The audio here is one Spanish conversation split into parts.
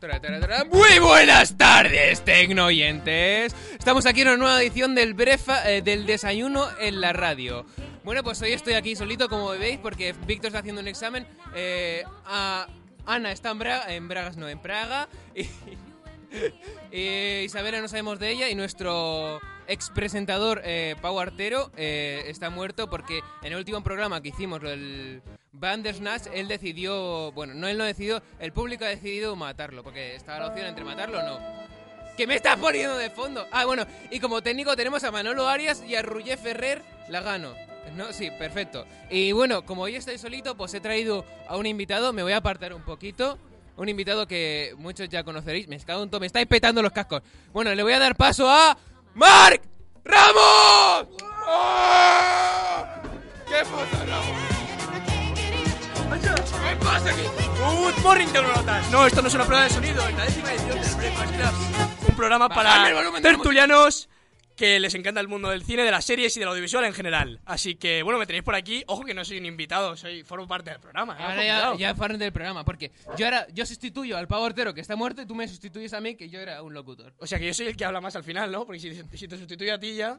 Tra, tra, tra. Muy buenas tardes, tecnoyentes. Estamos aquí en una nueva edición del brefa, eh, del desayuno en la radio. Bueno, pues hoy estoy aquí solito, como veis, porque Víctor está haciendo un examen. eh, a- Ana está en, Braga, en Bragas, no, en Praga. Y, y Eh, Isabela no sabemos de ella y nuestro ex presentador eh, Pau Artero eh, está muerto porque en el último programa que hicimos, el Bandersnatch, él decidió, bueno, no él no decidió, el público ha decidido matarlo porque estaba la opción entre matarlo o no. ¿Qué me estás poniendo de fondo? Ah, bueno, y como técnico tenemos a Manolo Arias y a Rullé Ferrer Lagano. No, sí, perfecto. Y bueno, como hoy estoy solito, pues he traído a un invitado, me voy a apartar un poquito. Un invitado que muchos ya conoceréis. Me cago en todo, me estáis petando los cascos. Bueno, le voy a dar paso a. ¡Marc Ramos! ¡Ah! ¡Qué foto, Ramos! ¿Qué pasa aquí? Good morning, Tecnonautas. No, esto no es una prueba de sonido, es la décima edición del Breakfast Club. Un programa Bajadme el para volumen de la tertulianos que les encanta el mundo del cine, de las series y del audiovisual en general. Así que, bueno, me tenéis por aquí. Ojo que no soy un invitado, soy formo parte del programa. ¿eh? Ahora Ojo, ya, cuidado. ya fan del programa, porque yo ahora yo sustituyo al pavo Ortero que está muerto y tú me sustituyes a mí que yo era un locutor. O sea que yo soy el que habla más al final, ¿no? Porque si, si te sustituyo a ti ya...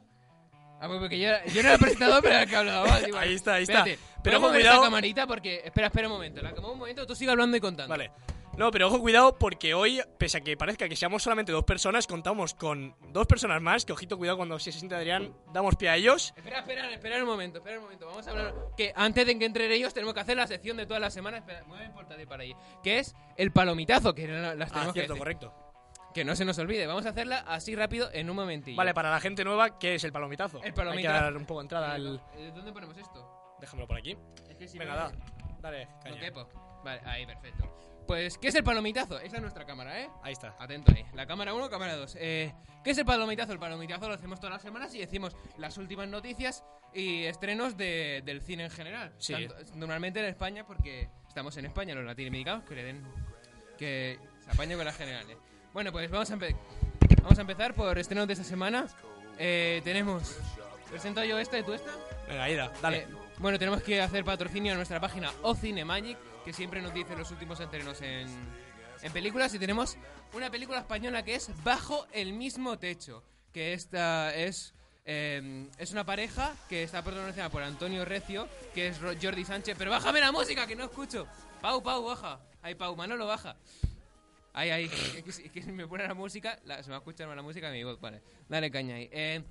Ah, pues porque yo, era- yo no era el presentador, pero era el que hablaba. más, digo, Ahí está, ahí espérate, está. Pero voy a ojo, mover cuidado. esta camarita porque espera, espera un momento, la como un momento, tú sigue hablando y contando. Vale. No, pero ojo, cuidado, porque hoy, pese a que parezca que seamos solamente dos personas, contamos con dos personas más, que ojito, cuidado, cuando se siente Adrián, damos pie a ellos. Espera, espera, espera un momento, espera un momento. Vamos a hablar que antes de que entren ellos tenemos que hacer la sección de todas las semanas, espera, mueve el portátil para ahí, que es el palomitazo que no- las Ah, tenemos cierto, que hacer. correcto. que no se nos olvide. Vamos a hacerla así rápido en un momentillo. Vale, para la gente nueva, ¿qué es el palomitazo? El palomitazo. Hay que dar un poco de entrada al... Eh, ¿Dónde ponemos esto? Déjamelo por aquí. Es que si Venga, me- da. Dale, No caña. quepo. Vale, ahí, perfecto. Pues, ¿qué es el palomitazo? Esa es nuestra cámara, ¿eh? Ahí está. Atento ahí. La cámara 1, cámara 2. Eh, ¿Qué es el palomitazo? El palomitazo lo hacemos todas las semanas y decimos las últimas noticias y estrenos de- del cine en general. Sí. normalmente en España, porque estamos en España, los latinoamericanos, que le den. que se apañen con las generales. Bueno, pues vamos a, empe- vamos a empezar por estrenos de esta semana. Eh, tenemos. Presento yo esta y tú esta. Venga, ahí da. Dale. Eh, bueno, tenemos que hacer patrocinio a nuestra página O Cinemagic, que siempre nos dice los últimos entrenos en, en películas. Y tenemos una película española que es Bajo el mismo techo, que esta es, eh, es una pareja que está protagonizada por Antonio Recio, que es Ro- Jordi Sánchez. Pero bájame la música, que no escucho. Pau, Pau, baja. Ay, Pau, Manolo, baja. Ay, ay, es que, si- es que si me pone la música, la- se me va a escuchar mal la música de mi voz, vale. Dale caña ahí. Eh,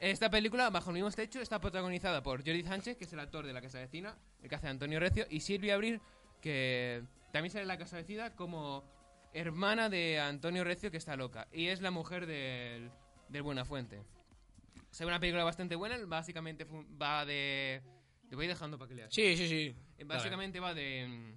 esta película, Bajo el mismo techo, está protagonizada por Jordi Sánchez, que es el actor de La Casa Vecina, el que hace Antonio Recio, y Silvia Abril, que también sale en La Casa Vecina como hermana de Antonio Recio, que está loca, y es la mujer del, del Buenafuente. O sea, una película bastante buena, básicamente fu- va de... Te voy dejando para que leas. Sí, sí, sí. Eh, Básicamente va de, mm,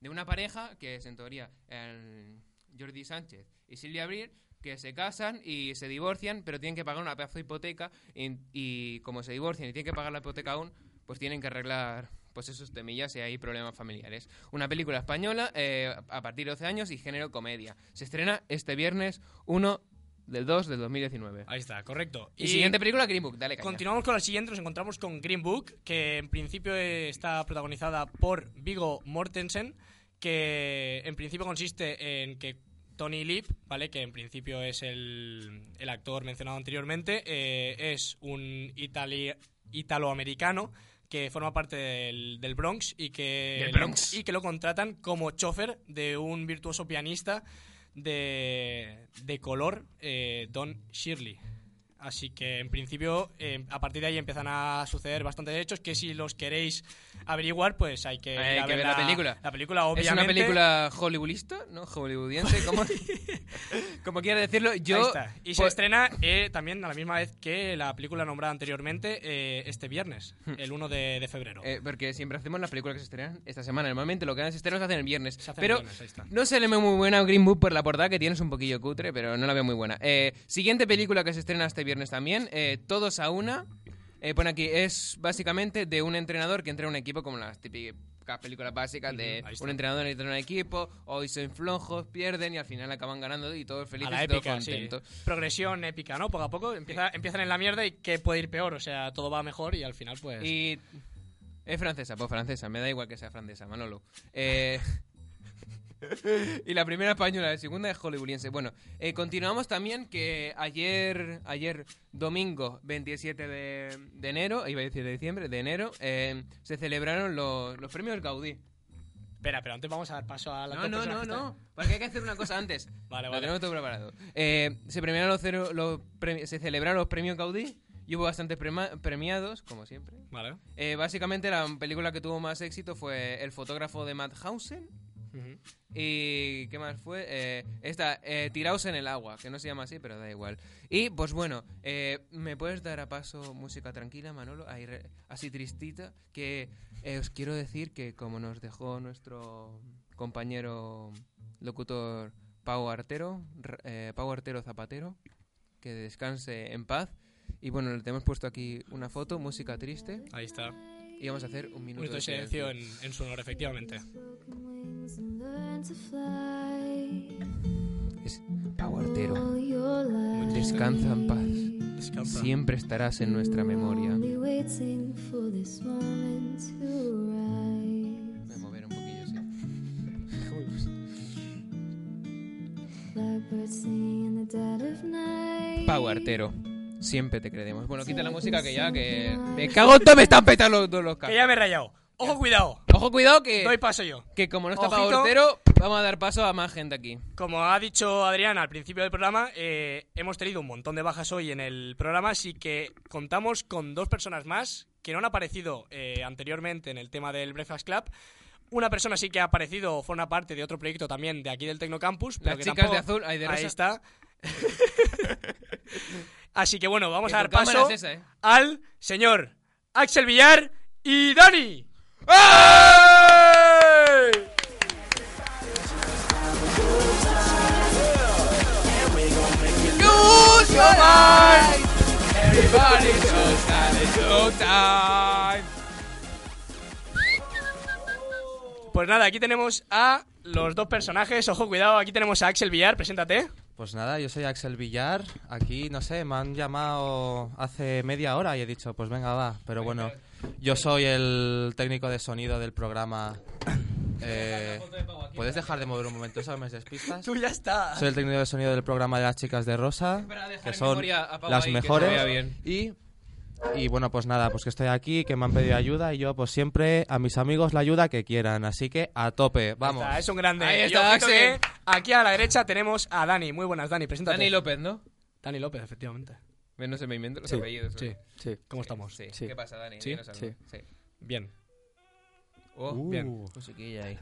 de una pareja que es en teoría el Jordi Sánchez y Silvia Abril que se casan y se divorcian, pero tienen que pagar una pedazo de hipoteca y, y como se divorcian y tienen que pagar la hipoteca aún, pues tienen que arreglar pues esos temillas y hay problemas familiares. Una película española eh, a partir de 12 años y género comedia. Se estrena este viernes 1 del 2 del 2019. Ahí está, correcto. Y, siguiente película, Green Book. Dale, caña. Continuamos con la siguiente, nos encontramos con Green Book, que en principio eh, está protagonizada por Vigo Mortensen, que en principio consiste en que Tony Lip, ¿vale? que en principio es el, el actor mencionado anteriormente, eh, es un itali- italoamericano que forma parte del, del Bronx y que, Del Bronx. y que lo contratan como chofer de un virtuoso pianista de, de color, eh, Don Shirley. Así que en principio, eh, a partir de ahí empiezan a suceder bastantes hechos que si los queréis averiguar, pues hay que, ir Hay a que ver la película. La película, Es una obviamente. película hollywoodista, ¿no? Hollywoodiense, como, como quiera decirlo. Yo, Ahí está. Y se pues, estrena eh, también a la misma vez que la película nombrada anteriormente eh, este viernes, el 1 de, de febrero. Hmm. eh, porque siempre hacemos las películas que se estrenan esta semana. Normalmente lo que hacen estrenos se hacen el viernes. Se hace el pero viernes, ahí está. no se le ve muy buena a Green Book por la portada, que tienes un poquillo cutre, pero no la veo muy buena. Eh, siguiente película que se estrena este viernes también, eh, Todos a una. Eh, pone aquí, es básicamente de un entrenador que entra a un equipo como las típicas películas básicas de Ujú, ahí está. un entrenador entra a un equipo, hoy son flojos, pierden y al final acaban ganando y todos a felices la y todos épica, sí. contentos. Progresión épica, ¿no? Poco a poco empieza, empiezan en la mierda y que puede ir peor, o sea, todo va mejor y al final pues... Y es francesa, pues francesa, me da igual que sea francesa, Manolo. Eh, y la primera española, la segunda es hollywoodiense. Bueno, eh, continuamos también que ayer, ayer domingo 27 de, de enero, iba a decir de diciembre, de enero, eh, se celebraron los, los premios Gaudí. Espera, pero antes vamos a dar paso a la No, otra no, persona no, que no. Porque hay que hacer una cosa antes. Vale, Lo vale. tenemos todo preparado. Eh, se, premiaron los cero- los premi- se celebraron los premios Gaudí y hubo bastantes prema- premiados, como siempre. está- Vale. Eh, básicamente la película que tuvo más éxito fue El fotógrafo de Madhausen. Ujú. ¿Y qué más fue? Eh, esta, eh, Tiraos en el agua, que no se llama así, pero da igual. Y pues bueno, eh, ¿me puedes dar a paso música tranquila, Manolo? Ahí re- así tristita, que eh, os quiero decir que como nos dejó nuestro compañero locutor Pau Artero, r- eh, Pau Artero Zapatero, que descanse en paz. Y bueno, le hemos puesto aquí una foto, música triste, Ahí está. Un y vamos a hacer un minuto minuto de silencio en, en su honor, efectivamente. wings and learn to fly Es Pau Artero, all your life. descansa en paz. Descansa. Siempre estarás en nuestra memoria. Only waiting for this moment to Voy a rise. mover un poquillo, sí. Blackbird singing in the dead of night. Pau Artero, siempre te creemos. Bueno, quita la música que ya, que... Me cago en todo, me están petando los, todos los Que cables. ya me he rayado. Ojo, cuidado. Ojo, cuidado, Doy que, paso yo. que como no está Pau Ojito. Artero, vamos a dar paso a más gente aquí. Como ha dicho Adrián al principio del programa, eh, hemos tenido un montón de bajas hoy en el programa, así que contamos con dos personas más que no han aparecido eh, anteriormente en el tema del Breakfast Club. Una persona sí que ha aparecido, forma parte de otro proyecto también de aquí del Tecnocampus. Pero Las que chicas tampoco- de azul, ay, de rosa. Ahí está. así que bueno, vamos Que a tu dar cámara paso es esa, ¿eh? al señor Axel Villar y Dani. ¡Ey! Use your mind. Everybody knows that it's showtime. Pues nada, aquí tenemos a los dos personajes. Ojo, cuidado, aquí tenemos a Axel Villar, preséntate. Pues nada, yo soy Axel Villar. Aquí, no sé, me han llamado hace media hora y he dicho, pues venga, va. Pero bueno, yo soy el técnico de sonido del programa. Eh, ¿Puedes dejar de mover un momento eso? ¿Me despistas? ya está. Soy el técnico de sonido del programa de las chicas de Rosa, Espera, deja que en son memoria a Pau las ahí, que se vea mejores. bien. Y, y bueno, pues nada, pues que estoy aquí, que me han pedido ayuda y yo pues siempre a mis amigos la ayuda que quieran. Así que a tope, vamos. es un grande. Ahí Y está, ojito Axel. que Aquí a la derecha tenemos a Dani. Muy buenas, Dani, preséntate. Dani López, ¿no? Dani López, efectivamente. Ven, No se me invento los Sí, apellidos. Sí. ¿no? Sí. ¿Cómo estamos? Sí. Sí. ¿Qué pasa, Dani? Sí, Dinos algo. sí. Bien. Oh, Uh. bien. Musiquilla ahí.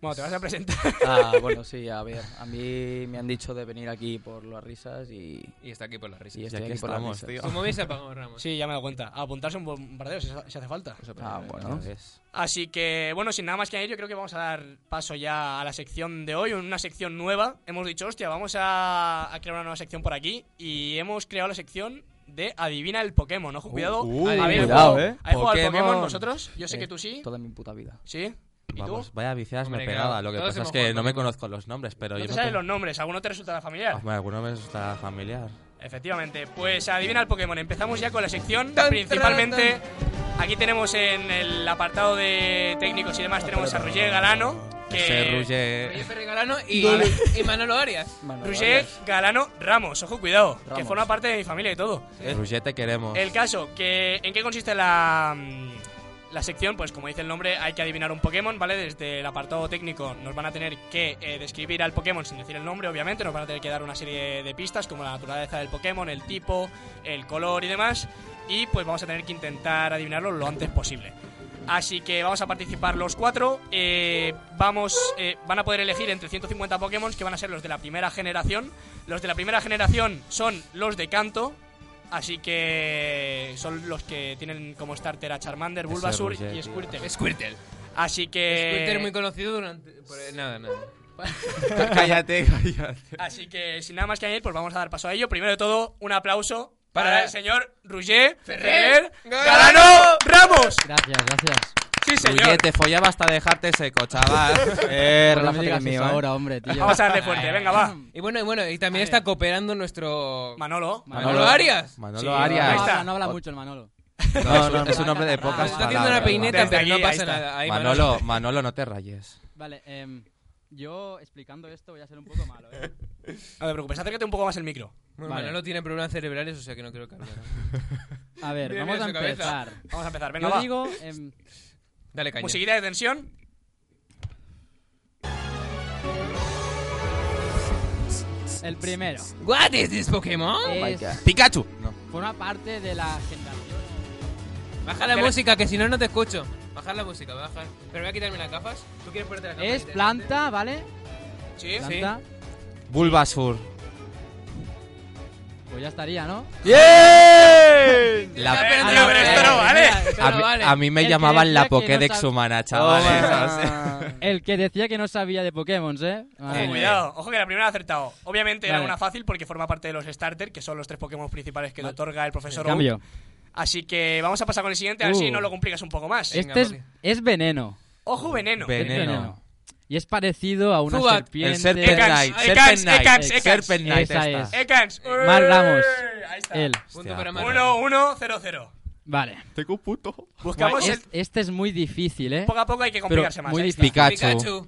Bueno, te vas a presentar. Ah, bueno, sí, a ver. A mí me han dicho de venir aquí por las risas y, Y este- está aquí por la risa. y Y estoy aquí aquí, por las estamos, risas. tío. Como veis, apagamos Ramos. Sí, ya me he dado cuenta. A apuntarse un bombardeo si si hace falta. Ah, Eh, ¿eh? bueno. Es- Así que, bueno, sin nada más que añadir, yo creo que vamos a dar paso ya a la sección de hoy, una sección nueva. Hemos dicho, hostia, vamos a, a crear una nueva sección por aquí y hemos creado la sección de Adivina el Pokémon. Ojo, cuidado. uh, ¿Habéis cuidado, jugado- eh. ¿Habéis jugado al Pokémon Pokémon. vosotros? Yo sé Eh, que tú sí. Toda mi puta vida. ¿Sí? ¿Y Vamos, tú? vaya viciadas Hombre, me claro. pegaba. Lo que Todos pasa es hemos que jugado no al me Pokémon. conozco los nombres, pero No yo te no sabes te- los nombres, alguno te resultará familiar. Hombre, alguno me está familiar. Efectivamente, pues adivina el Pokémon. Empezamos ya con la sección. Tan, Principalmente, aquí tenemos en el apartado de técnicos y demás, tenemos a Roger Galano. Ese Que Oye, Ruge... eh, Ferri Galano y, y Manolo Arias. Mano, Roger gracias. Galano Ramos, ojo, cuidado, que Ramos. Oh. forma parte de mi familia y todo. Ruge, te queremos. El caso, que ¿en qué consiste la, mm, la sección? Pues como dice el nombre, hay que adivinar un Pokémon, ¿vale? Desde el apartado técnico nos van a tener que eh, describir al Pokémon sin decir el nombre, obviamente, nos van a tener que dar una serie de pistas como la naturaleza del Pokémon, el tipo, el color y demás, y pues vamos a tener que intentar adivinarlo lo antes posible. Así que vamos a participar los cuatro. eh, vamos, eh, van a poder elegir entre 150 Pokémon que van a ser los de la primera generación. Los de la primera generación son los de canto. Así que son los que tienen como starter a Charmander, Ese Bulbasur y Roger, tío. Squirtle. Squirtle. Así Squirtle muy que, conocido durante. por- eh, nada, nada. cállate, cállate. así que sin nada más que añadir, pues vamos a dar paso a ello. Primero de todo, un aplauso para, Para- el señor Roger Ferrer Ferrer Galano Galano Ramos. Gracias, gracias. Sí, señor. Ruge, te follaba hasta dejarte seco, chaval. Eh, Por la relájate fatiga conmigo, es eh. ahora, hombre, tío. Vamos a darle fuerte, venga, va. Y bueno, y bueno, y también está cooperando nuestro. Manolo. Ah, Manolo, Manolo. Arias. Manolo Sí, No, ahí Arias. está. habla, no habla mucho el Manolo. No, no, es un hombre de Está pocas Nos Ah, está haciendo palabras. una peineta, Desde pero aquí, no ahí pasa está. nada. Ahí, Manolo, Manolo, no te rayes. Vale, em, Yo explicando esto voy a ser un poco malo, ¿eh? No te preocupes, acércate un poco más el micro. Bueno, Vale. Manolo tiene problemas cerebrales, o sea que no creo que hablara. A ver, Mira, vamos mira a su cabeza. empezar. Vamos a empezar, venga, Yo va. digo, em, Dale caña. Musiquita de tensión. el primero. What is this Pokémon? my Es- God. ¡Pikachu! No. forma parte de la generación. Baja la Espera. música, que si no, no te escucho. Bajar la música, voy a bajar. Pero voy a quitarme las gafas. ¿Tú quieres ponerte las gafas? Es planta, ¿vale? Sí, sí. Planta. Bulbasur. Pues ya estaría, ¿no? ¡Bien! La- Pero, Ah, eh, pero, no, pero espera, esto no espera, vale. espera, espera. A mí, vale. a mí me El que llamaban decía la que no Pokédex sab- humana, chavales. Toma. El que decía que no sabía de Pokémon, ¿eh? Madre Ojo, mía. cuidado. Ojo que la primera la ha acertado. Obviamente era Vale. una fácil porque forma parte de los starter, que son los tres Pokémon principales que te otorga el profesor Oak. Cambio. Así que vamos a pasar con el siguiente, a ver Uh. si no lo complicas un poco más. Venga, Este es, papi. es veneno. Ojo, veneno. Es Veneno. Y es parecido a una Zubat. serpiente. El Serpent Ekans, Knight. Ekans, Serpent Knight. Ekans, Ekans. Serpent Knight. Esa esta. es. Ekans. Mar Ramos. Ahí está. Él. Punto Hostia, para Mar. pobre. 1-1-0-0. Vale. Tengo puto. Buscamos Guay, Pues el. es- este es muy difícil, ¿eh? Poco a poco hay que Pero complicarse más. muy ahí está. difícil. Pikachu. Pikachu.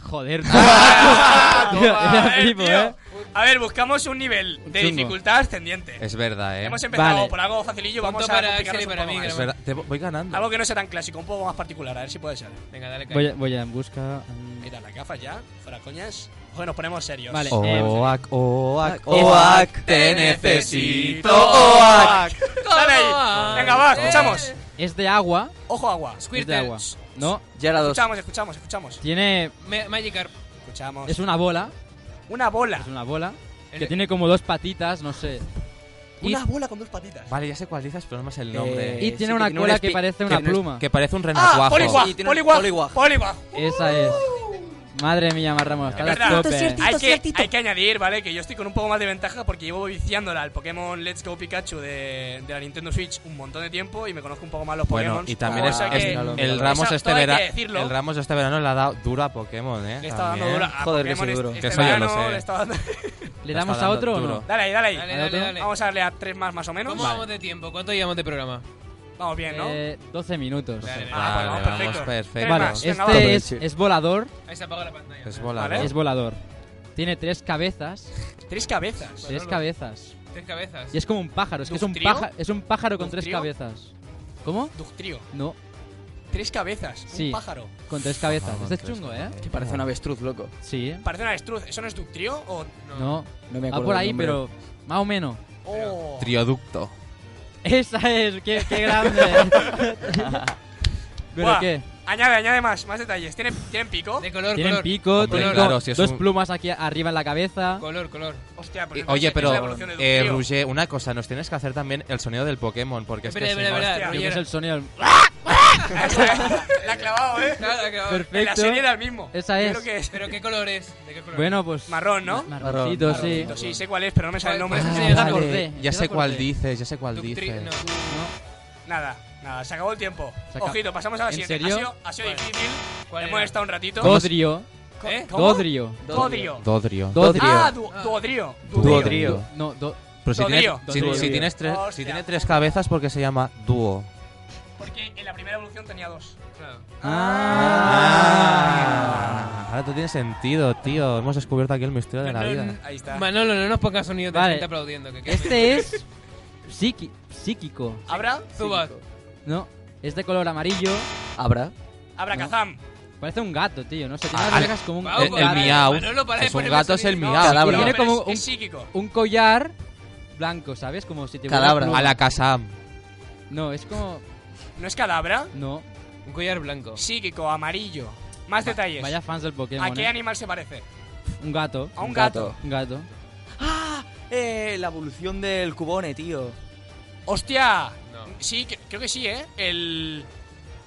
Joder. Ah, tío. Me a, ver, flipo, tío. ¿eh? A ver, buscamos un nivel de Chungo. dificultad ascendiente. Es verdad, eh. Hemos empezado Vale. por algo facilillo, Punto vamos a para Axel complicarnos y un para poco mí, más. Es verdad. Te vo- voy ganando. Algo que no sea tan clásico, un poco más particular, a ver si puede ser. Venga, dale Voy caña. a, voy a en busca. mm. Mira, las gafas ya, fuera coñas. Ojo, nos ponemos serios. Vale. eh, Oak, Oak, Oak, Oak, te necesito. Oak. Dale ahí. Venga, va, escuchamos. Es de agua. Ojo, agua. Es de Eh, Squirtle. agua. No. Gyarados. Escuchamos, escuchamos, escuchamos. Tiene. Me- Magikarp. Escuchamos. Es una bola. Una bola. Es una bola. Que El- tiene como dos patitas, no sé. Y, Una bola con dos patitas. Vale, ya sé cuál dices, pero no me sé el nombre. Eh, y sí, tiene que una tiene cola un que espi- parece que una tiene un- pluma. Que parece un Ah, renacuajo. poliwag, Sí, tiene un poliwag, poliwag. poliwag. Esa es. Madre mía, Marramos. Está verdad. a tope. Hay que, hay que añadir, ¿vale? Que yo estoy con un poco más de ventaja porque llevo viciándola al Pokémon Let's Go Pikachu de, de la Nintendo Switch un montón de tiempo y me conozco un poco más los Bueno, Pokémon. y también Ah, es, o sea es- que- el Ramos Eso este todo hay que verano, decirlo. el Ramos este verano le ha dado duro a Pokémon, eh. Le está dando también. duro. A Joder, que Pokémon soy este- duro. este Que eso yo lo verano sé. le está dando- Está ¿Le damos a dando otro o duro. no? dale ahí, dale ahí. Dale, dale, dale. Vamos a darle a tres más más o menos. ¿Cómo vamos de tiempo? ¿Cuánto llevamos de programa? Vamos bien, ¿no? Eh, 12 minutos. Dale, dale. Ah, Vale, bueno, vamos, perfecto. perfecto. Tres Vale, más, venga, va. este es, es volador. Ahí se apagó la pantalla. Es volador. Vale. Es volador. Tiene tres cabezas. Tres cabezas. Tres cabezas. Tres cabezas. Y es como un pájaro. Es que es un, ¿Ductrio? pájaro es un pájaro con tres ¿Ductrio? cabezas. ¿Cómo? Ductrio. No, Tres cabezas. Un Sí. pájaro. con tres cabezas. Vamos, Este es tres chungo, ¿eh? Que parece un avestruz, loco. Sí. ¿eh? Parece un avestruz. ¿Eso no es Ductrio? O... No, No me va acuerdo. por el ahí, nombre. pero más o menos. Oh. Trioducto. Esa es, qué, qué grande. ¿Pero Buah, qué? Añade, añade más, más detalles. ¿Tienen, ¿tienen pico? De color, Tienen color. pico, Hombre, tienen claro, do- si es dos un- plumas aquí arriba en la cabeza. Color, color. Hostia, pues Y- entonces Eh, Oye, es la pero, evolución de eh, Ductrio. Ruge, una cosa, nos tienes que hacer también el sonido del Pokémon, porque es Espera, que si espera, no- espera. Hostia, Yo que Roger. es el sonido. la ha clavado, ¿eh? Nada, que va. Perfecto. En la serie era el mismo. Esa Yo es. creo que es. ¿Pero qué color es? ¿De qué color? Bueno, pues. Marrón, ¿no? Marroncito, sí. Marroncito, Sí, sé cuál es, pero no me sale el nombre. Pues Ah, sí, ya me vale, Vale, ya me sé cuál acordé. dices, ya sé cuál Ductri- dices. no. Nada, nada, se acabó el tiempo. Se acabó. Ojito, pasamos a la ¿En siguiente. Ha serio? sido, ha sido Vale. difícil. ¿Cuál Hemos era? estado un ratito. Dodrio. Co- ¿Eh? ¿Cómo? Dodrio. Dodrio. Dodrio. Dodrio. Ah, du- Duodrio. Duodrio. Du- No, do- Pero si tienes, Dodrio. si- Dodrio. si tienes tres, si Hostia. tiene tres cabezas, porque se llama dúo. Porque en la primera evolución tenía dos. Claro. Ah. Ahora todo tiene sentido, tío. Hemos descubierto aquí el misterio de la No, vida. no, Ahí está. Manolo, no nos pongas sonido de Vale. gente aplaudiendo. Que Este es. psiqui- psíquico. ¿Habrá? Zubat. No, es de color amarillo. ¿Habrá? ¿Habrá Kazam? Parece un gato, tío. No sé, tiene Ah, las al- orejas como un eh, Pau, El, el para, gato. miau. Manolo, para de Es un ponerme gato, es el sonido. miau. No, Cadabra. tío. Tiene pero como es, un- es psíquico. Un collar blanco, ¿sabes? Como si te hubiera Cadabra. pluma. A la Kazam. No, es como. ¿No es cadabra? No. Un collar blanco. Psíquico, amarillo. Más detalles. Vaya fans del ¿A Pokémon. qué ¿eh? animal se parece? Un gato. A un gato. Un gato. ¡Ah! Eh, la evolución del cubone, tío. ¡Hostia! No. Sí, que- creo que sí, ¿eh? El.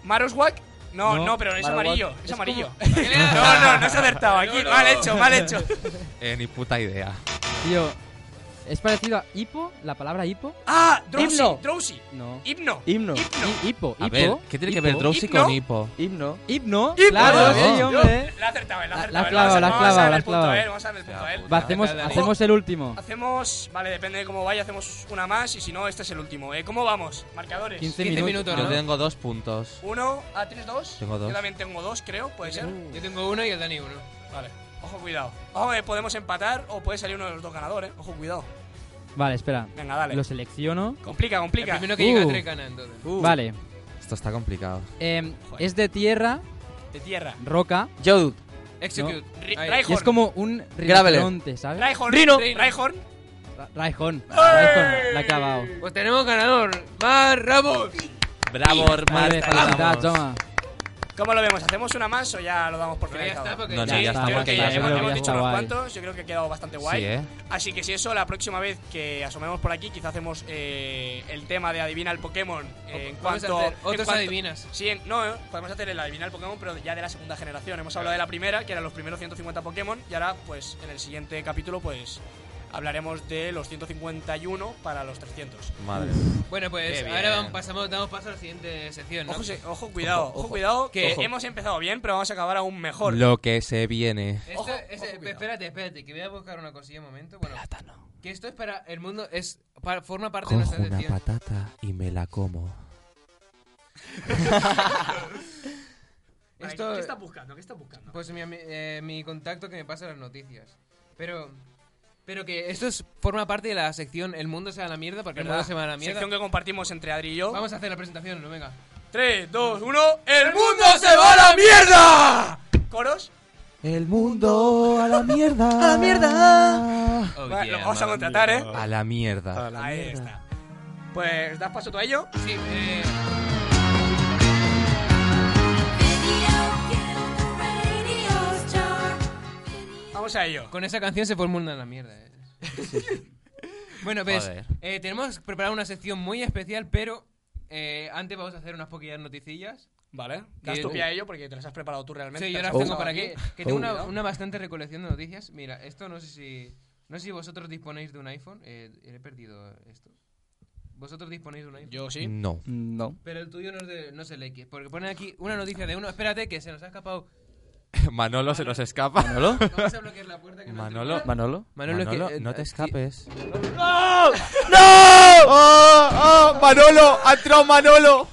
Maroswak. No, no, No. pero es Marowak. amarillo. Es Es amarillo. no, No, no, no se ha acertado. Aquí, No, no. mal hecho, mal hecho. Eh, ni puta idea. Tío, Es parecido a hipo, la palabra hipo. ¡Ah! Drowsy, Himno. Drowsy. No. Himno. Himno. Hi- hipo, hipo. A ver, ¿qué tiene que ver hipo. Drowsy Hipno. con hipo? Himno. Hipno, Himno. claro, Claro. sí, hombre. ¿eh? La ha acertado, él, la ha acertado. La- la él. clava, Vamos a- la vamos a clava, ver la el punto, clava. pues. a ver, Vamos a ver el punto, a ver. Va, hacemos, Dale, dale. hacemos el último. Hacemos, vale, depende de cómo vaya, hacemos una más y si no, este es el último. Eh, ¿Cómo vamos? Marcadores. 15 15 minutos. minutos, ¿no? Yo tengo dos puntos. Uno, ah, ¿tienes dos? Tengo dos. Yo también tengo dos, creo, puede ser. Yo tengo uno y el Dani uno. Vale. Ojo, cuidado. Ojo, eh, podemos empatar o puede salir uno de los dos ganadores. Ojo, cuidado. Vale, espera. Venga, dale. Lo selecciono. Complica, El complica. primero que llega a Uh. tres gana, entonces. Vale. Esto está complicado. Em, Joder. es de tierra, De tierra. roca, Jodut. Execute. Ri- Ahí. Raijón. y es como un Grábele. rinoceronte, ¿sabes? Raihorn. Rino. Raihorn. Ra- Raijón. ¡Ey! Raijón, la ha clavado. Pues tenemos ganador. ¡Más Ramos! Bravo, Vale, felicidad, hermano. toma. ¿Cómo lo vemos? ¿Hacemos una más o ya lo damos por Pero ya está, finalizado? porque No, no, ya- ya yo está, creo ya que está, ya yo creo que hemos ya dicho está unos guay. cuantos, yo creo que ha quedado bastante guay. Sí, ¿eh? Así que si eso, la próxima vez que asomemos por aquí, quizá hacemos eh, el tema de adivina el Pokémon. eh, en Vamos a cuanto. hacer en otros cuanto- adivinas. Sí, en- no, eh, podemos hacer el adivinar el Pokémon, pero ya de la segunda generación. Hemos hablado de la primera, que eran los primeros 150 Pokémon, y ahora, pues, en el siguiente capítulo, pues, hablaremos de los 151 para los 300. Madre. Bueno, pues Qué ahora bien. vamos- pasamos, damos paso a la siguiente sección, ¿no? Ojo, se- ojo, cuidado, ojo, Ojo, ojo, cuidado, que ojo. hemos empezado bien, pero vamos a acabar aún mejor. Lo que se viene. Esto- Ojo, es- ojo, eh, cuidado. espérate, espérate, que voy a buscar una cosilla un momento. Bueno, Que esto es para el mundo, es para- forma parte de Cojo nuestra una sección. patata y me la como. Vale, Esto, ¿Qué estás buscando? ¿Qué estás buscando? pues mi, ami- eh, mi contacto que me pasa las noticias. Pero, pero que esto es, forma parte de la sección El mundo se va a la mierda, porque el ¿Verdad? mundo se va a la mierda. Sección que compartimos entre Adri y yo. Vamos a hacer la presentación, ¿no? Venga. 3, 2, 1. ¡El mundo se va a la mierda! ¿Coros? El mundo a la mierda. A la mierda. Bueno, lo vamos a contratar, ¿eh? A la mierda. Ahí está. Pues, ¿das paso tú a ello? Sí, eh, Vamos a ello. con esa canción se fue el mundo a la mierda. ¿eh? bueno, pues Joder. eh, tenemos preparada una sección muy especial, pero eh, antes vamos a hacer unas poquillas noticillas. Vale. Das Que- tu pie a ello porque te las has preparado tú realmente. Sí, yo te las has tengo pasado para aquí. Que tengo una, Cuidado. una bastante recolección de noticias. Mira, esto no sé si. No sé si vosotros disponéis de un iPhone. Eh, he perdido esto. ¿Vosotros disponéis de un iPhone? Yo sí. No. No. Pero el tuyo no es, de, no es el X. Porque ponen aquí una noticia de uno. Espérate, que se nos ha escapado. Manolo se nos escapa. Manolo. Vamos a bloquear la puerta que no entra. Manolo. Manolo. Manolo, es que, eh, no te eh, escapes. ¡No! ¡Oh, Manolo, ha entrado Manolo.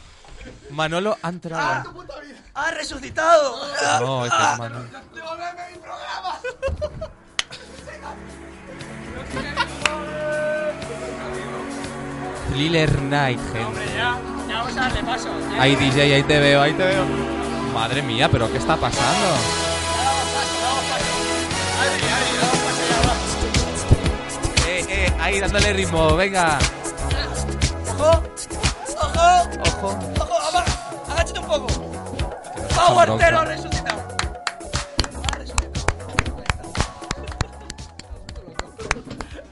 Manolo ha ¡Ah, entrado. ¡Ha resucitado! No, este es Manolo. ¡Devolveme mi programa! Thriller Night, gente. Hombre, ya. Ya vamos a darle paso. Ya Ahí DJ, ahí te veo, ahí te veo. Madre mía, pero ¿qué está pasando? damos paso, damos paso. Adri, Adri, damos paso ya, va. Eh, eh, ahí dándole ritmo, venga. ¡Ojo! ¡Ojo! Ojo. ¡Ojo! ama- ¡Agáchate un poco! ¡Power Bronca. Tero resucitado! Ha resucitado.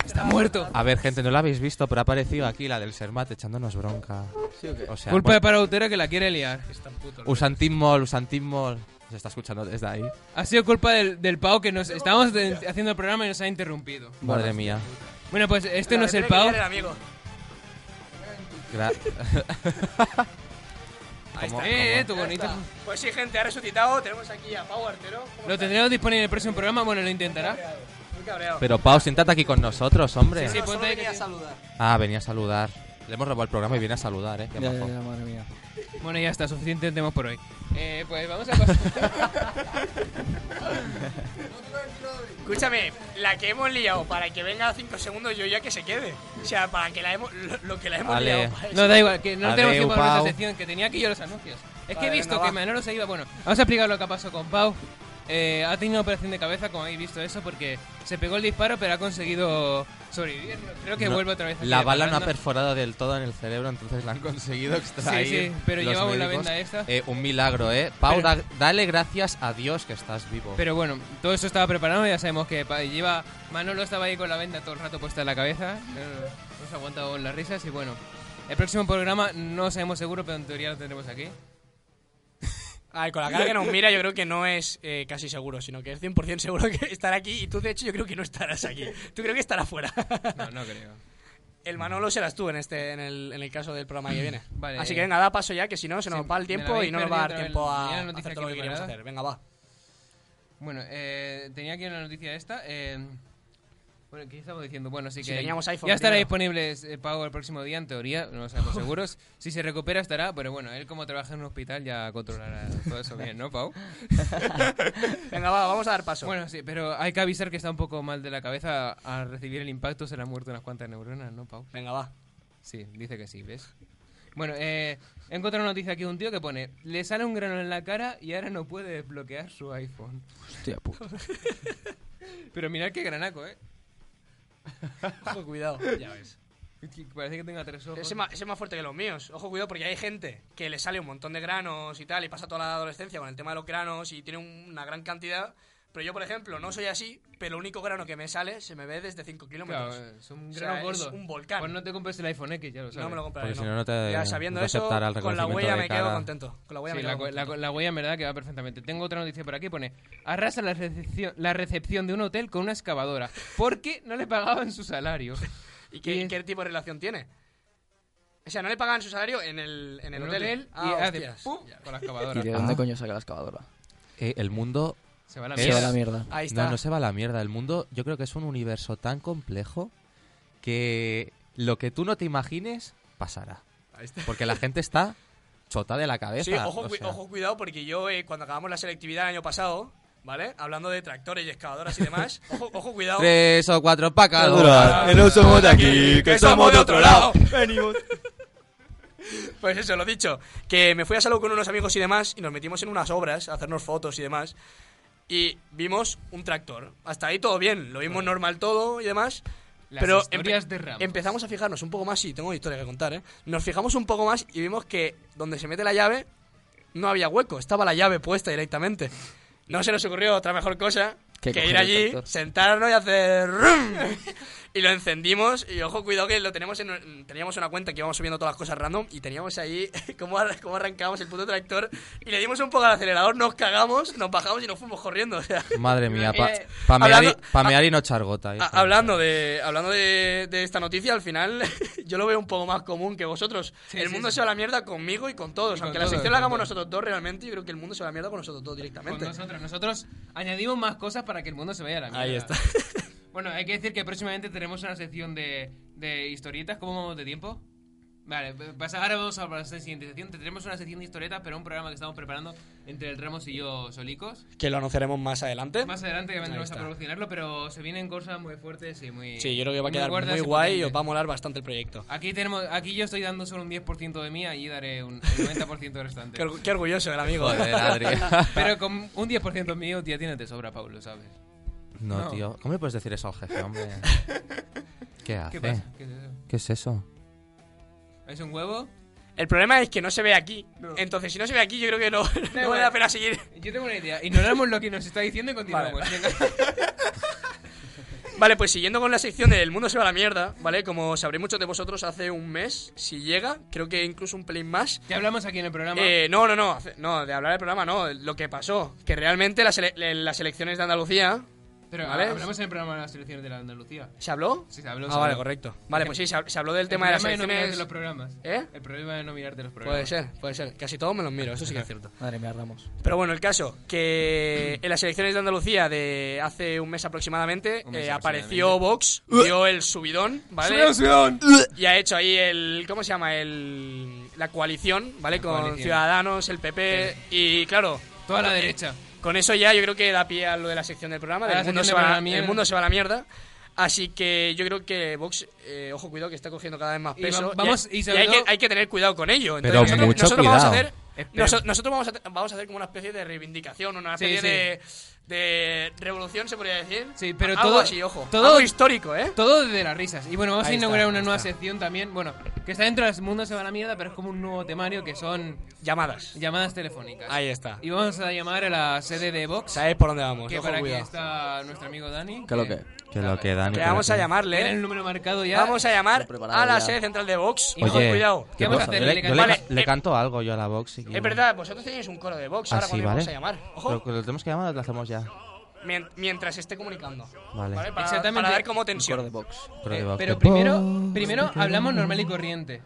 Está muerto. A ver, gente, no la habéis visto, pero ha aparecido aquí la del Sermat echándonos bronca. ¿Sí o qué? O sea, pues- Culpa de bueno, Parautera que la quiere liar. Usantismol, Usantismol. Se está escuchando desde ahí. Ha sido culpa del, del Pau que nos. Estábamos de- haciendo el programa y nos ha interrumpido. Madre mía. Bueno, pues este no es el Tiene que Pau. ser el amigo. Gra- Ahí ¿Cómo- está. Eh, eh, tu bonito. Pues sí, gente, ha resucitado. Tenemos aquí a Pau Artero. ¿Cómo Lo está? tendremos disponible en el próximo programa. Bueno, lo intentará. Muy cabreado. Pero Pau, siéntate aquí con nosotros, hombre. Sí, No, solo ponte venía que a sí. saludar. Ah, venía a saludar. Le hemos robado el programa y viene a saludar, eh. Qué Ya, ya, majo. ya, madre mía. Bueno, ya está, suficiente tenemos por hoy. Eh, pues vamos a pasar. Escúchame, la que hemos liado para que venga 5 segundos, yo ya que se quede. O sea, para que la hemos. Lo, lo que la hemos Vale. liado. para no, eso. da igual, que no Adeu, tenemos tiempo para Pau. nuestra sección, que tenía aquí yo los anuncios. Es que he Vale, visto venga, que va. Manolo se iba. Bueno, vamos a explicar lo que ha pasado con Pau. Eh, ha tenido una operación de cabeza, como habéis visto eso, porque se pegó el disparo, pero ha conseguido sobrevivir. Creo que No, vuelve otra vez. aquí La bala no ha disparando. perforado del todo en el cerebro, entonces la han conseguido extraer. Sí, sí, pero los llevamos la médicos. venda esta. Eh, un milagro, ¿eh? Pau, Pero- da- dale gracias a Dios que estás vivo. Pero bueno, todo eso estaba preparado, ya sabemos que pa- lleva Manolo estaba ahí con la venda todo el rato puesta en la cabeza, eh, nos ha aguantado las risas y bueno, el próximo programa no sabemos seguro, pero en teoría lo tendremos aquí. Ay, con la cara que nos mira, yo creo que no es eh, casi seguro, sino que es 100% seguro que estará aquí. Y tú, de hecho, yo creo que no estarás aquí. Tú creo que estarás fuera. No, no creo. El Manolo serás tú en este en el, en el caso del programa que viene. Vale. Así que venga, da paso ya, que si no, se nos Sí, va me el la tiempo habéis y no nos va a dar perdido tiempo el- a tenía la hacer noticia todo lo que aquí queríamos preparada. hacer. Venga, va. Bueno, eh, tenía aquí una noticia esta. eh, bueno, ¿qué estamos diciendo? Bueno, sí Si que teníamos iPhone ya estará primero. disponible eh, pago el próximo día, en teoría, no lo sabemos seguros. Si se recupera estará, pero bueno, él como trabaja en un hospital ya controlará todo eso bien, ¿no, Pau? Venga, va, vamos a dar paso. Bueno, sí, pero hay que avisar que está un poco mal de la cabeza al recibir el impacto, se le han muerto unas cuantas neuronas, ¿no, Pau? Venga, va. Sí, dice que sí, ¿ves? Bueno, eh, he encontrado una noticia aquí de un tío que pone, le sale un grano en la cara y ahora no puede desbloquear su iPhone. Hostia puta. Ah. Pero mirad qué granaco, ¿eh? Ojo, cuidado. Ya ves. Es que Parece que tenga tres ojos. Ese es más- ese es más fuerte que los míos. Ojo, cuidado, porque hay gente que le sale un montón de granos y tal, y pasa toda la adolescencia con el tema de los granos y tiene un- una gran cantidad. Pero yo, por ejemplo, no soy así, pero el único grano que me sale se me ve desde 5 Claro, kilómetros. eh, es un O grano sea, es gordo. un volcán. Pues no te compres el iPhone X, ya lo sabes. no me lo compraré. Porque si no, no te- ya sabiendo no te eso, aceptará el con la reconocimiento huella de me cara. quedo contento. Con la huella Sí, me la, quedo co- la contento. co- la huella en verdad que va perfectamente. Tengo otra noticia por aquí, pone arrasa la recepción, la recepción de un hotel con una excavadora porque no le pagaban su salario. ¿Y qué, y- qué tipo de relación tiene? O sea, no le pagaban su salario en el, en el En un hotel. y Ah, hace hostias. ¡pum! con la ¿Y excavadora. de dónde coño saca la excavadora? Eh, el mundo. Se va a la Es- Se va a mierda. la mierda. Ahí está. No, no se va a la mierda. El mundo, yo creo que es un universo tan complejo que lo que tú no te imagines pasará. Ahí está. Porque la gente está chota de la cabeza. Sí, ojo, o cui- sea. ojo, cuidado, porque yo eh, cuando acabamos la selectividad el año pasado, ¿vale? Hablando de tractores y excavadoras y demás, ojo, ojo, cuidado. Tres o cuatro Ah, pacaduras. Pacaduras. Que no Ah, somos de aquí, que somos de otro lado. Pues eso, lo dicho, que me fui a salud con unos amigos y demás y nos metimos en unas obras a hacernos fotos y demás y vimos un tractor. Hasta ahí todo bien, lo vimos normal todo y demás. Las pero historias de Ramos. empezamos a fijarnos un poco más y tengo una historia que contar, ¿eh? Nos fijamos un poco más y vimos que donde se mete la llave no había hueco, estaba la llave puesta directamente. No se nos ocurrió otra mejor cosa Que que coger ir el allí, tractor. sentarnos y hacer... rum. y lo encendimos y ojo, cuidado que lo tenemos en, teníamos una cuenta que íbamos subiendo todas las cosas random y teníamos ahí cómo, arrancamos arrancábamos el puto tractor y le dimos un poco al acelerador, nos cagamos, nos bajamos y nos fuimos corriendo. O sea, Madre mía, pa, Eh, pa mear y- hablando- pa mear y no chargota. Ah, hablando de, hablando de, de esta noticia, al final yo lo veo un poco más común que vosotros. Sí, el sí, mundo sí. se va a la mierda conmigo y con Y todos. con Aunque la todos, sección con la hagamos todos. nosotros dos realmente, yo creo que el mundo se va a la mierda con nosotros dos Con directamente. nosotros. Nosotros añadimos más cosas para que el mundo se vaya a la mierda. Ahí está. Bueno, hay que decir que próximamente tenemos una sección de, de historietas. ¿Cómo vamos de tiempo? Vale, pues ahora vamos a pasar a la siguiente sección. Tendremos una sección de historietas, pero un programa que estamos preparando entre el Ramos y yo solicos. Que lo anunciaremos más adelante. Más adelante que vendremos a está. promocionarlo, pero se vienen cosas muy fuertes y muy. Sí, yo creo que va a quedar gordas muy y guay y potentes. os va a molar bastante el proyecto. Aquí, tenemos, aquí yo estoy dando solo un 10% de mí, allí daré un, el 90% del Qué, restante. orgu- qué orgulloso el amigo. Joder, Adri. Pero con un 10% mío ya tiene te sobra, Pablo, ¿sabes? No, No. tío. ¿Cómo le puedes decir eso al jefe, hombre? ¿Qué Ah, hace? ¿Qué pasa? ¿Qué es eso? ¿Qué es eso? ¿Es un huevo? El problema es que no se ve aquí. No. Entonces, si no se ve aquí, yo creo que no, no igual. vale la pena seguir. Yo tengo una idea. Ignoramos lo que nos está diciendo y continuamos. Vale. Venga. Vale, pues siguiendo con la sección del mundo se va a la mierda, ¿vale? Como sabré muchos de vosotros hace un mes, si llega, creo que incluso un pelín más, Ya hablamos aquí en el programa. Eh, no, no, no, hace- no, de hablar del programa no, lo que pasó, que realmente las, ele- le- las elecciones de Andalucía, pero ¿vale? hablamos en el programa de las elecciones de la Andalucía. ¿se habló? Sí, se habló. ah, se habló. vale, correcto. Vale, pues sí, se, hab- se habló del El tema de las problema no mirarte elecciones. los programas. ¿Eh? El problema de no mirarte los programas. Puede ser, puede ser, casi todos me los miro, eso sí que es cierto. Madre mía, Ramos. Pero bueno, el caso, que en las elecciones de Andalucía de hace un mes aproximadamente, Un mes eh, aproximadamente. apareció Vox, dio el subidón, ¿vale? Y ha hecho ahí el. ¿Cómo se llama? El, la coalición, ¿vale? Con coalición. Ciudadanos, el PP. Y claro, Toda la derecha. Con eso ya yo creo que da pie a lo de la sección del programa. A Del la mundo se sección de va a la la, mierda. el mundo se va a la mierda. Así que yo creo que Vox, eh, ojo, cuidado, que está cogiendo cada vez más Y va- peso. vamos- y hay- sobre hay, que, todo- hay que tener cuidado con ello. Pero mucho vamos a cuidado. hacer, Espera. noso- nosotros vamos a, te- vamos a hacer como una especie de reivindicación, una Sí, especie sí. de, de revolución, se podría decir. Sí, pero Algo todo- así, ojo. todo- Algo histórico, ¿eh? Todo desde las risas. Y bueno, vamos a Ahí inaugurar está, una ahí nueva está. sección también. Bueno, que está dentro del mundo se va a la mierda, pero es como un nuevo temario que son Llamadas. llamadas telefónicas. Ahí está. Y vamos a llamar a la sede de Vox. ¿Sabes por dónde vamos? Que Ojo, para aquí cuidado. está nuestro amigo Dani. ¿Qué lo que? Que lo que Dani. Le que lo vamos que- a llamarle. Tienen el ¿eh? número marcado ya. Vamos a llamar preparado a la ya. sede central de Vox. Oye, Oye, cuidado. ¿Qué vamos a pasa? hacer? Yo le, ¿Le yo le ca- cantamos? le Eh, canto algo yo a la box. si Es quieres. verdad, vosotros tenéis un coro de Vox. Ah, Ahora sí, cuando vale. vamos a llamar. Pero Ojo. que lo tenemos que llamar o lo hacemos ya. Mien- Mientras esté comunicando. Vale. Para, Exactamente. para dar como Coro de tensión. box. Pero, Eh, de box. pero De primero, box, primero de box. hablamos normal y corriente.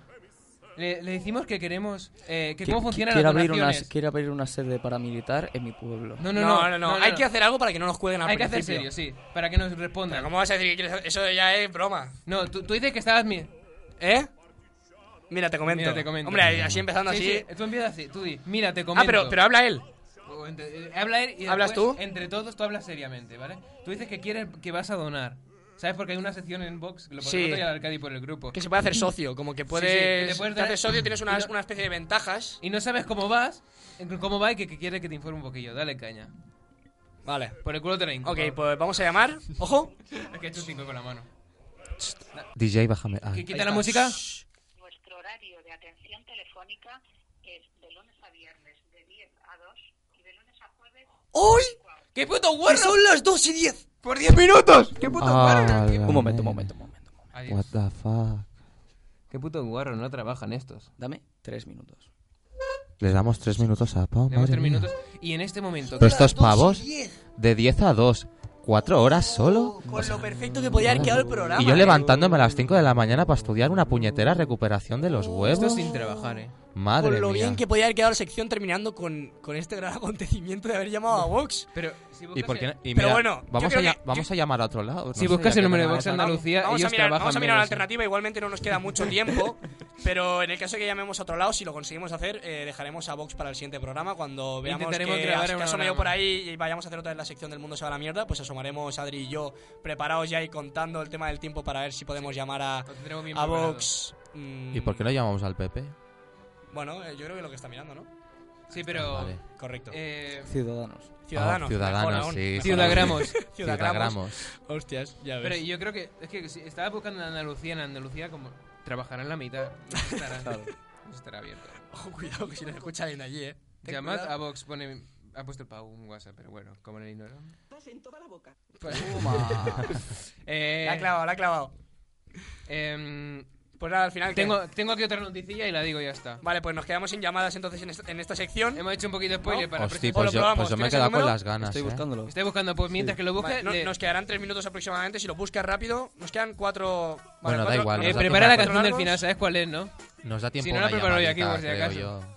Le, le decimos que queremos. eh, que Qui- cómo qui- funcionan quiero las abrir una, donaciones. quiero abrir una sede paramilitar en mi pueblo. No, no, no, Hay que hacer algo para que no nos cuelguen al Hay que hacer principio. serio, sí. Para que nos Pero respondan. ¿Cómo vas a decir que quieres hacer- Eso ya es broma. No, tú, tú dices que estabas. mi- ¿Eh? Mira, te comento. Mira, te comento. Hombre, así empezando Sí, así. sí, tú empiezas así, tú di. Mira, te comento. ah, pero, pero habla él. O entre- eh, Habla él y ¿Hablas después, tú? Entre todos tú hablas seriamente, ¿vale? Tú dices que quieres que vas a donar. ¿Sabes? Porque hay una sección en Vox, lo Sí. podemos sí. al Arcadi por el grupo. Que se puede hacer socio. Como que puedes. Sí, sí, que te puedes te dar- haces socio, tienes unas- Y no- una especie de ventajas. Y no sabes cómo vas, en- cómo va y que, que quiere que te informe un poquillo. Dale caña. Vale. Por el culo te la hinco, Ok, por- pues vamos a llamar. Ojo. Es que he hecho un cinco con la mano. DJ, bájame. Ah, ¿Qui- Ahí ¿Quita la está. música? Shh. Nuestro horario de atención telefónica es de lunes a viernes de 10 a 2 y de lunes a jueves ¡Hoy! ¡Qué puto guarro! Son las 2 y 10. ¡Por 10 minutos! ¡Qué puto guarro! Ah, Un momento, un la momento, un momento. un momento. mierda. Adiós. What the fuck. ¡Qué puto guarro! No trabajan estos. Dame tres minutos. Le damos tres minutos a Pau. Tenemos madre 3 mía. minutos. Y en este momento... Pero estos pavos, de 10 a 2, ¿cuatro horas solo? Con lo perfecto que podía haber quedado el programa. ¿eh? Y yo levantándome a las 5 de la mañana para estudiar una puñetera recuperación de los Esto huevos. sin trabajar, eh. Madre Con lo mía. bien que podía haber quedado la sección terminando con, con este gran acontecimiento de haber llamado a Vox. Pero si buscas ¿Y por qué el- no- y Pero mira, bueno, yo vamos, a, creo lla- que- vamos a llamar a otro lado. Si no sé, buscas ya el que número de tenemos Vox a- Andalucía, Vamos a ellos mirar, trabajan vamos a mirar la menos, ¿eh? alternativa, igualmente no nos queda mucho tiempo, pero en el caso de que llamemos a otro lado, si lo conseguimos hacer, eh, dejaremos a Vox para el siguiente programa, cuando veamos que, Intentaremos grabar que un asome yo programa. por ahí y vayamos a hacer otra vez la sección del mundo se va a la mierda, pues asomaremos Adri y yo preparados ya y contando el tema del tiempo para ver si podemos llamar a, Lo tendremos bien a preparado. Vox. mm, ¿Y por qué no llamamos al Pepe? Bueno, eh, yo creo que lo que está mirando, ¿no? Sí, pero... Vale. Correcto. Eh, Ciudadanos. Ciudadanos. Ah, Ciudadanos, mejor aún, sí, mejor aún. Ciudagramos. Ciudadagramos. Ciudadagramos. Hostias, ya ves. Pero yo creo que... Es que si estaba buscando en Andalucía, en Andalucía como... Trabajarán la mitad. No estarán- no estará abierto. Ojo, cuidado que si nos escucha alguien de allí, eh. Ten Llamad cuidado. a Vox, pone... Ha puesto el Pau un WhatsApp, pero bueno, como en el ignoro. Eh, La ha clavado, la ha clavado. em, Pues nada, al final. ¿qué? tengo, tengo aquí otra noticilla y la digo y ya está. Vale, pues nos quedamos sin llamadas entonces en esta, en esta sección. Hemos hecho un poquito de spoiler Oh, para... Hostia, presentar- O lo pues yo, probamos, pues yo me he ¿tienes el quedado con número? las ganas. Estoy ¿eh? buscándolo. Estoy buscando, pues mientras que lo busques... Vale, no- le- Nos quedarán tres minutos aproximadamente. Si lo buscas rápido, nos quedan cuatro. vale, Bueno, da cuatro- igual, nos Eh, da quedan prepara la cuatro canción del final, largos. ¿sabes cuál es, no? Nos da tiempo Si no la una preparo yo aquí, llamadita, por si creo acaso. yo.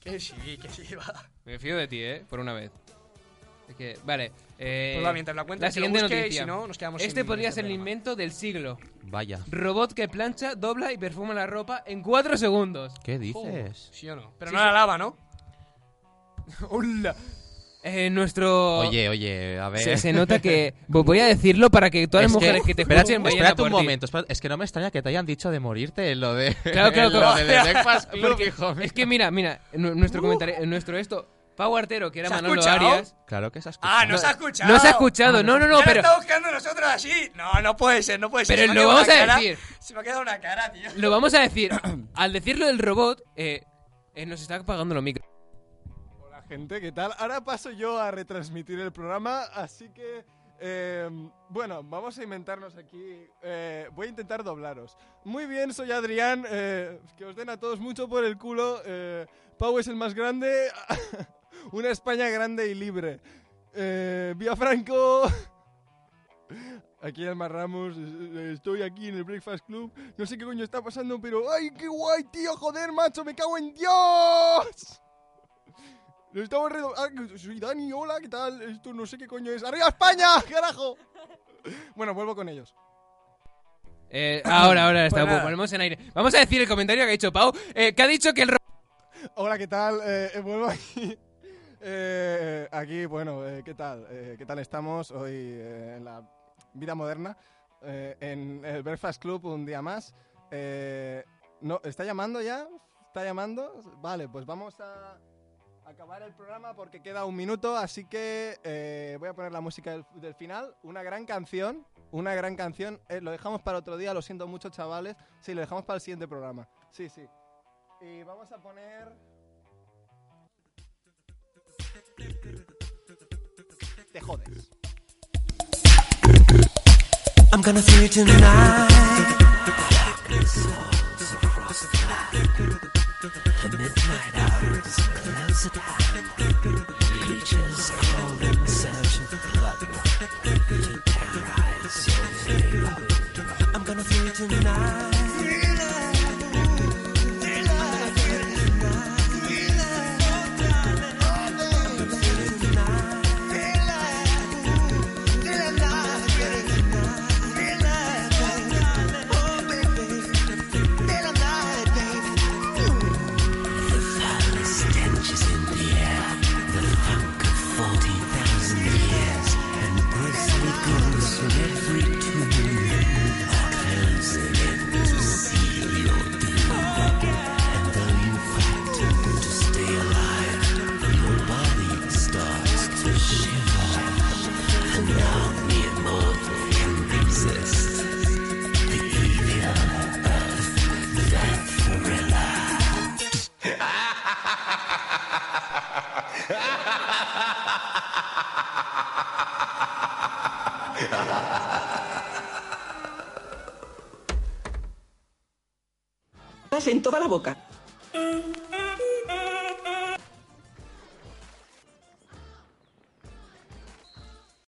Que sí, que sí, va. Me fío de ti, ¿eh? Por una vez. Es que, vale. eh, Pues va, mientras la cuentes, la que lo siguiente busque, y noticia. si no, nos quedamos este sin podría este ser el programa. invento del siglo. Vaya. Robot que plancha, dobla y perfuma la ropa en 4 segundos. ¿Qué Oh, dices? Sí o no. Pero Sí, no la lava, ¿no? ¡Hola! Eh, nuestro... Oye, oye, a ver. Se, se nota que... Vo- Voy a decirlo para que todas las Es mujeres que, te espérate, escuchen vayan a espérate por un ti. momento, espérate, es que no me extraña que te hayan dicho de morirte en lo de Claro, claro, en lo claro. de The Breakfast Club, Porque hijo mío. Es que mira, mira, nu- nuestro comentario, eh, nuestro esto, Pau Artero, que era Uh. ¿Se ha Manolo escuchado? Arias, Claro que se ha escuchado. Ah, no se ha escuchado. no se ha escuchado, no, no, no, Ya pero lo está buscando nosotros así. No, no puede ser, no puede ser. Pero Se me ha lo quedado vamos una a cara- decir. Se me ha quedado una cara, tío. lo vamos a decir. Al decirlo del robot, eh, eh, nos está apagando los micros. Hola gente, ¿qué tal? Ahora paso yo a retransmitir el programa, así que... eh, bueno, vamos a inventarnos aquí. eh, voy a intentar doblaros. Muy bien, soy Adrián. eh, que os den a todos mucho por el culo. eh, Pau es el más grande. Una España grande y libre. Eh, Vía Franco. Aquí Alma Ramos, eh, estoy aquí en el Breakfast Club. No sé qué coño está pasando, pero ¡ay, qué guay, tío! ¡Joder, macho! ¡Me cago en Dios! Lo estamos redo- Ah, que soy Dani, hola, ¿qué tal? Esto no sé qué coño es. ¡Arriba España! ¡Carajo! Bueno, vuelvo con ellos. Eh, ahora, ahora está, Pues nada. pues ponemos en aire. Vamos a decir el comentario que ha dicho Pau, eh, que ha dicho que el robot... Hola, ¿qué tal? Eh, eh, vuelvo aquí. Eh, aquí, bueno, eh, ¿qué tal? Eh, ¿Qué tal estamos hoy eh, en la vida moderna? Eh, en el Breakfast Club un día más. Eh, no, ¿Está llamando ya? ¿Está llamando? Vale, pues vamos a acabar el programa porque queda un minuto, así que eh, voy a poner la música del, del final. Una gran canción, una gran canción. Eh, lo dejamos para otro día, lo siento mucho, chavales. Sí, lo dejamos para el siguiente programa. Sí, sí. Y vamos a poner. Te jodes. I'm gonna see you tonight. The midnight hour is close at hand. Creatures crawl in search of blood to terrorize your halo. I'm gonna see you tonight. Resist the evil of that thriller. en toda la boca.